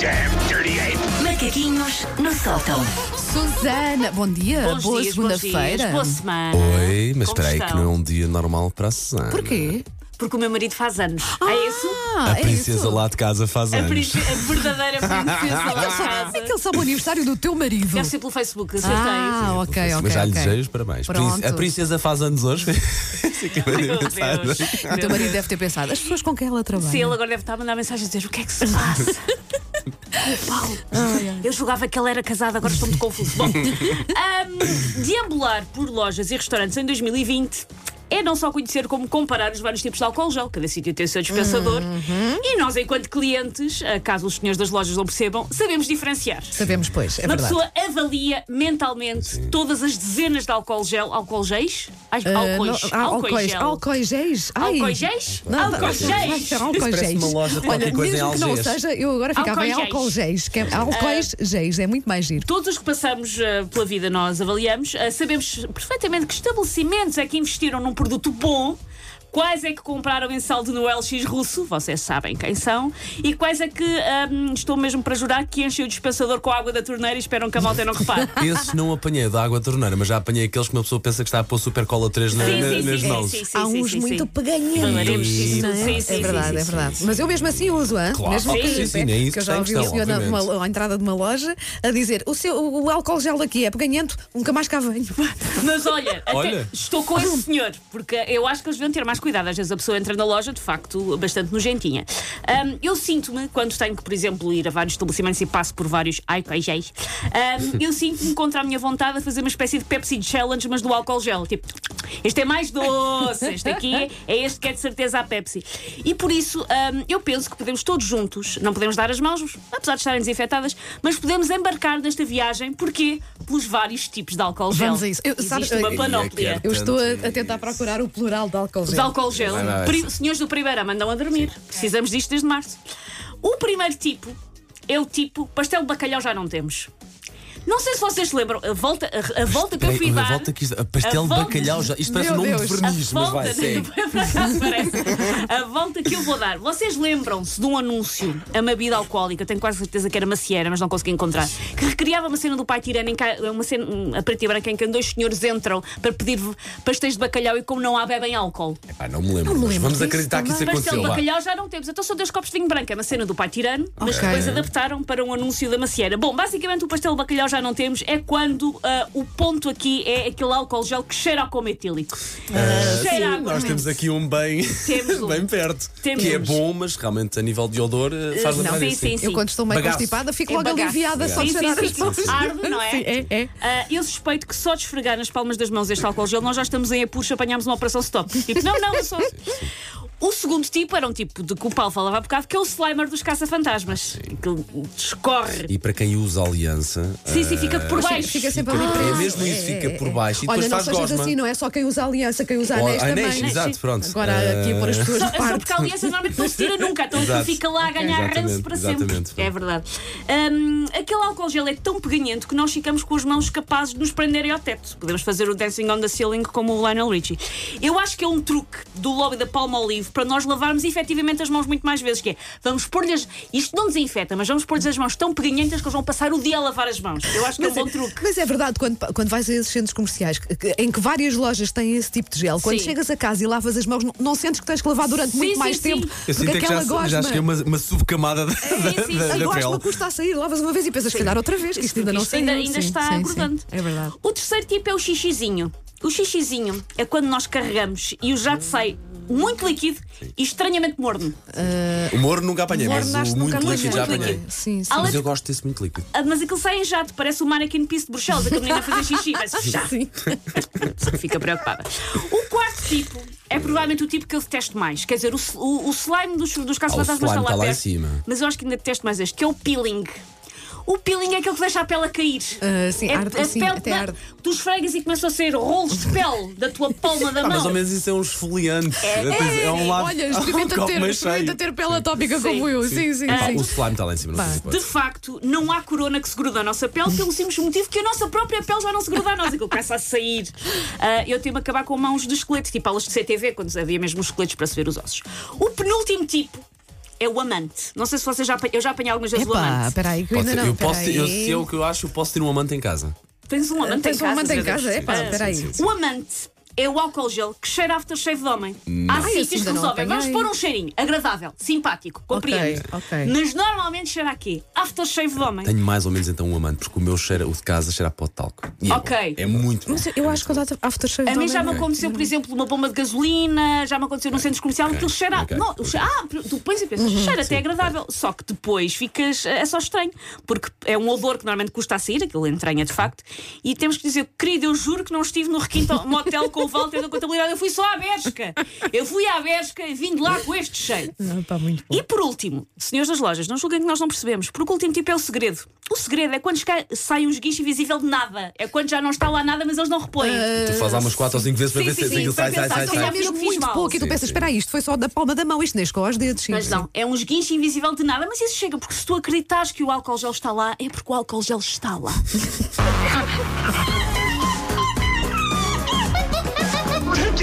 damn dirty ape! Macaquinhos no sótão. Susana, bom dia, Bons boa dias, bons dias, segunda-feira. Boa semana. Oi, mas Como espera aí que estão? não é um dia normal para a Susana. Porquê? Porque o meu marido faz anos. é isso? Ah, A é princesa isso. lá de casa faz A, anos. prince- a verdadeira princesa da É que casa. ele sabe o aniversário do teu marido. Deve ser pelo Facebook, acertei. Ah, Sim, ok, ok. Mas já lhe ok. desejo os parabéns. Pronto. Prince- A princesa faz anos hoje. Sim, que Meu bem Deus. pensado. O teu marido deve ter pensado, as pessoas com quem ela trabalha. Sim, ele agora deve estar a mandar mensagem a dizer o que é que se passa. O Paulo, eu julgava que ele era casado, agora estou muito confuso. Bom, ahm, deambular por lojas e restaurantes em 2020 é não só conhecer como comparar os vários tipos de álcool gel, cada sítio tem o seu dispensador. Uhum. E nós, enquanto clientes, ah, caso os senhores das lojas não percebam, sabemos diferenciar. Sabemos, pois, é Uma verdade. pessoa avalia mentalmente todas as dezenas de álcool gel, álcool géis? Ai, Ah, álcoois, não- ah, álcool Alcois, gel. alcoigéis. Ai. Álcoigéis? Não, Álcoigéis. Parece Alcoigéis. uma loja Olha, de qualquer coisa em mesmo que não Algés. seja, eu agora ficava em Alcoigéis. alcoigéis, que é Ah. alcoigéis, é muito mais giro. Todos os que passamos ah, pela vida, nós avaliamos, ah, sabemos perfeitamente que estabelecimentos é que investiram num produto bom, quais é que compraram em saldo no LX russo, vocês sabem quem são, e quais é que ah, estou mesmo para jurar que enchem o dispensador com a água da torneira e esperam que a malta não repare. Esses não apanhei da água torneira, mas já apanhei aqueles que uma pessoa pensa que está a pôr super cola 3 na, Sim, na- sim, nas sim, nozes. sim, sim, Há sim, uns sim, muito sim. peganhentos. Falaremos disso, não sim, sim, é verdade, sim, é sim, verdade. Mas eu mesmo assim uso, hã? Claro, mesmo sim, que, sim, sim, nem isso que eu já tem ouvi o questão, senhor na, obviamente. numa- à entrada de uma loja a dizer: o, seu, o álcool gel aqui é peganhento, nunca mais cá venho. Mas olha, até Olha. estou com esse senhor, porque eu acho que eles deviam ter mais cuidado. Às vezes a pessoa entra na loja, de facto, bastante nojentinha. Ahm, eu sinto-me, quando tenho que, por exemplo, ir a vários estabelecimentos e passo por vários alcoóis, um, eu sinto-me contra a minha vontade a fazer uma espécie de Pepsi Challenge, mas do álcool gel. Tipo, este é mais doce, este aqui é este que é de certeza a Pepsi. E por isso, ahm, eu penso que podemos todos juntos, não podemos dar as mãos, apesar de estarem desinfetadas, mas podemos embarcar nesta viagem, porquê? Pelos vários tipos de álcool gel. Vamos a isso. Eu- Existe sabe- uma eu- panóplia. Eu estou Tanto a, a tentar procurar o plural de álcool Os gel. álcool gel. Vai, vai, vai. Pri- Senhores do primeiro, mandam a dormir. Precisamos disto desde março. O primeiro tipo é o tipo pastel de bacalhau já não temos. Não sei se vocês se lembram, a volta, a, a volta que eu Peraí, fui olha, dar. volta aqui, a pastel a de volta- bacalhau já. Isto parece Meu um nome de Deus. a verniz, mas volta, vai, segue. Por acaso parece. A volta que eu vou dar. Vocês lembram-se de um anúncio a uma bebida alcoólica, eu tenho quase certeza que era macieira, mas não consegui encontrar, que recriava uma cena do pai tirano, em que há- uma cena hum, a preta e branca, em que dois senhores entram para pedir pastéis de bacalhau e como não há bebem álcool. Ah, não me lembro, me mas lembro vamos disso acreditar que isso também. Pastel de aconteceu. vá. bacalhau já não temos. Então são dois copos de vinho branco. É uma cena do pai tirano, mas Ok. depois adaptaram para um anúncio da macieira. Bom, basicamente o pastel de bacalhau já não temos é quando ah, o ponto aqui é aquele álcool gel que cheira a coma etílico. cheira Ah, Sim, a nós coma. temos aqui um bem, Temos um. bem perto. Temos. Que é bom, mas realmente a nível de odor eh, faz Não, lembrar sim, isso, sim, sim. Eu, quando estou meio Bagaço. constipada, fico É logo bagaço. aliviada só de Sim, cheirar sim, as sim. mãos. Arde, não é? Sim, é, é. Ah, eu suspeito que só de esfregar nas palmas das mãos este álcool gel, nós já estamos em apuros, apanhámos uma operação stop. Tipo, não, não, eu só. O segundo tipo era um tipo de que o Paulo falava há bocado, que é o Slimer dos caça-fantasmas. Que descorre. E para quem usa aliança. eh, Sim, sim, fica por Fica- baixo. Fica sempre ali Ah, preso. é mesmo isso, fica por baixo e Olha, depois não faz sejas gosma. assim, não é só quem usa aliança, quem usa anéis também. anéis, ah, exato, pronto. Agora aqui a pôr as Eh, pessoas Só, de só parte. porque a aliança normalmente não se tira nunca, então aquilo Exato. fica lá a ganhar Exatamente, ranço para exatamente. sempre. É verdade. Hum, aquele álcool gel é tão peganhento que nós ficamos com as mãos capazes de nos prenderem ao teto. Podemos fazer o Dancing on the Ceiling como o Lionel Richie. Eu acho que é um truque do lobby da Palma Olive para nós lavarmos efetivamente as mãos muito mais vezes, que é vamos pôr-lhes, isto não desinfeta, mas vamos pôr-lhes as mãos tão peganhentas que eles vão passar o dia a lavar as mãos. Eu acho que é um bom truque. Mas é verdade, quando, quando vais a esses centros comerciais que- que- em que várias lojas têm esse tipo de gel, quando Sim. chegas a casa e lavas as mãos, não, não sentes que tens que lavar durante Sim, muito sim, mais sim. tempo Eu do sinto que é que aquela já, gosma. já cheguei uma, uma subcamada da, sim, sim. da, a da gosma pele. custa a sair, lavas uma vez e pensas, se calhar outra vez, isto ainda não Isto saiu. ainda, ainda Sim, está sim, sim. acordante. É verdade. O terceiro tipo é o xixizinho. O xixizinho é quando nós carregamos e o jato sai muito líquido e estranhamente morno. O moro nunca apanhei, Moro mas nasce o no muito carro, líquido já muito apanhei. líquido. Sim, sim. Além Mas eu gosto desse muito líquido. Ah, Mas aquilo sai em jato, parece o Mannequin Piece de Bruxelas, aquele menino a fazer xixi, mas já. Sim. Fica preocupada. O quarto tipo é provavelmente o tipo que eu detesto mais. Quer dizer, o, sl- o, o slime dos, dos caça-fantasmas Ah, o slime está lá está lá em perto, cima. Mas eu acho que ainda detesto mais este, que é o peeling. O peeling é aquele que deixa a pele a cair. Ah, sim, é, arde, a sim, pele até da- arde. dos fregues e começam a ser rolos de pele da tua palma da Ah, mão. mais ou menos isso é um esfoliante. É, um lado. Olha, há um experimenta copo ter, meio experimenta cheio. ter pela tópica Sim, Ah, como eu. Sim, sim, Pá, O sim. slime está lá em cima, não sei se De pode. facto, não há corona que se gruda à nossa pele pelo simples motivo que a nossa própria pele já não se gruda a nós. Aquilo começa a sair. Ah, eu tenho a acabar com mãos de esqueleto, tipo aulas de CTV, quando havia mesmo os esqueletos para se ver os ossos. O penúltimo tipo é o amante. Não sei se vocês já apan- eu já apanhei algumas vezes o Epá, amante. espera aí, que eu Pode ainda ser. não. eu posso ter- eu- peraí. se é o que eu acho, eu posso ter um amante em casa. Tens um amante Tens um em casa. amante em meu Deus. casa? Epá, Ah, espera aí. sim, sim. O amante é o álcool gel que cheira aftershave de homem. Há Ai, esse sítios que ainda não resolvem. Vamos apanhei. pôr um cheirinho agradável, simpático, compreendo. ok. Mas normalmente cheira aqui aftershave de homem. Tenho mais ou menos então um amante, porque o meu cheira, o de casa cheira a pó de talco. E é Ok. bom. É muito. Mas bom. eu- eu acho que o aftershave A mim também já me não. aconteceu, por exemplo, uma bomba de gasolina, já me aconteceu num centro comercial, aquilo cheira. ok, Uhum, Não, ok. cheira- Ah, tu pões e pensas, cheira até agradável. Só que depois ficas. É só estranho, porque é um odor que normalmente custa a sair, aquilo entranha de facto. E temos que dizer, querido, eu juro que não estive no requinto motel com o Walter da contabilidade, eu fui só à Bershka. Eu fui à Bershka e vim de lá com este cheiro. Não, pá, muito bom. E por último, senhores das lojas, não julguem que nós não percebemos, porque o último tipo é o segredo. O segredo é quando esca- sai um esguicho invisível de nada. É quando já não está lá nada, mas eles não repõem. Tu fazes lá umas 4 ou 5 vezes para sim, ver sim, se sim, aquilo para sai, sai, pensar sai, se sai. já vi- mesmo que fiz um muito mal. pouco e tu Sim, pensas, sim. espera aí, isto foi só da palma da mão, isto nem chegou aos dedos. sim, Mas sim. não, é um esguincho invisível de nada, mas isso chega porque se tu acreditares que o álcool gel está lá, é porque o álcool gel está lá. Take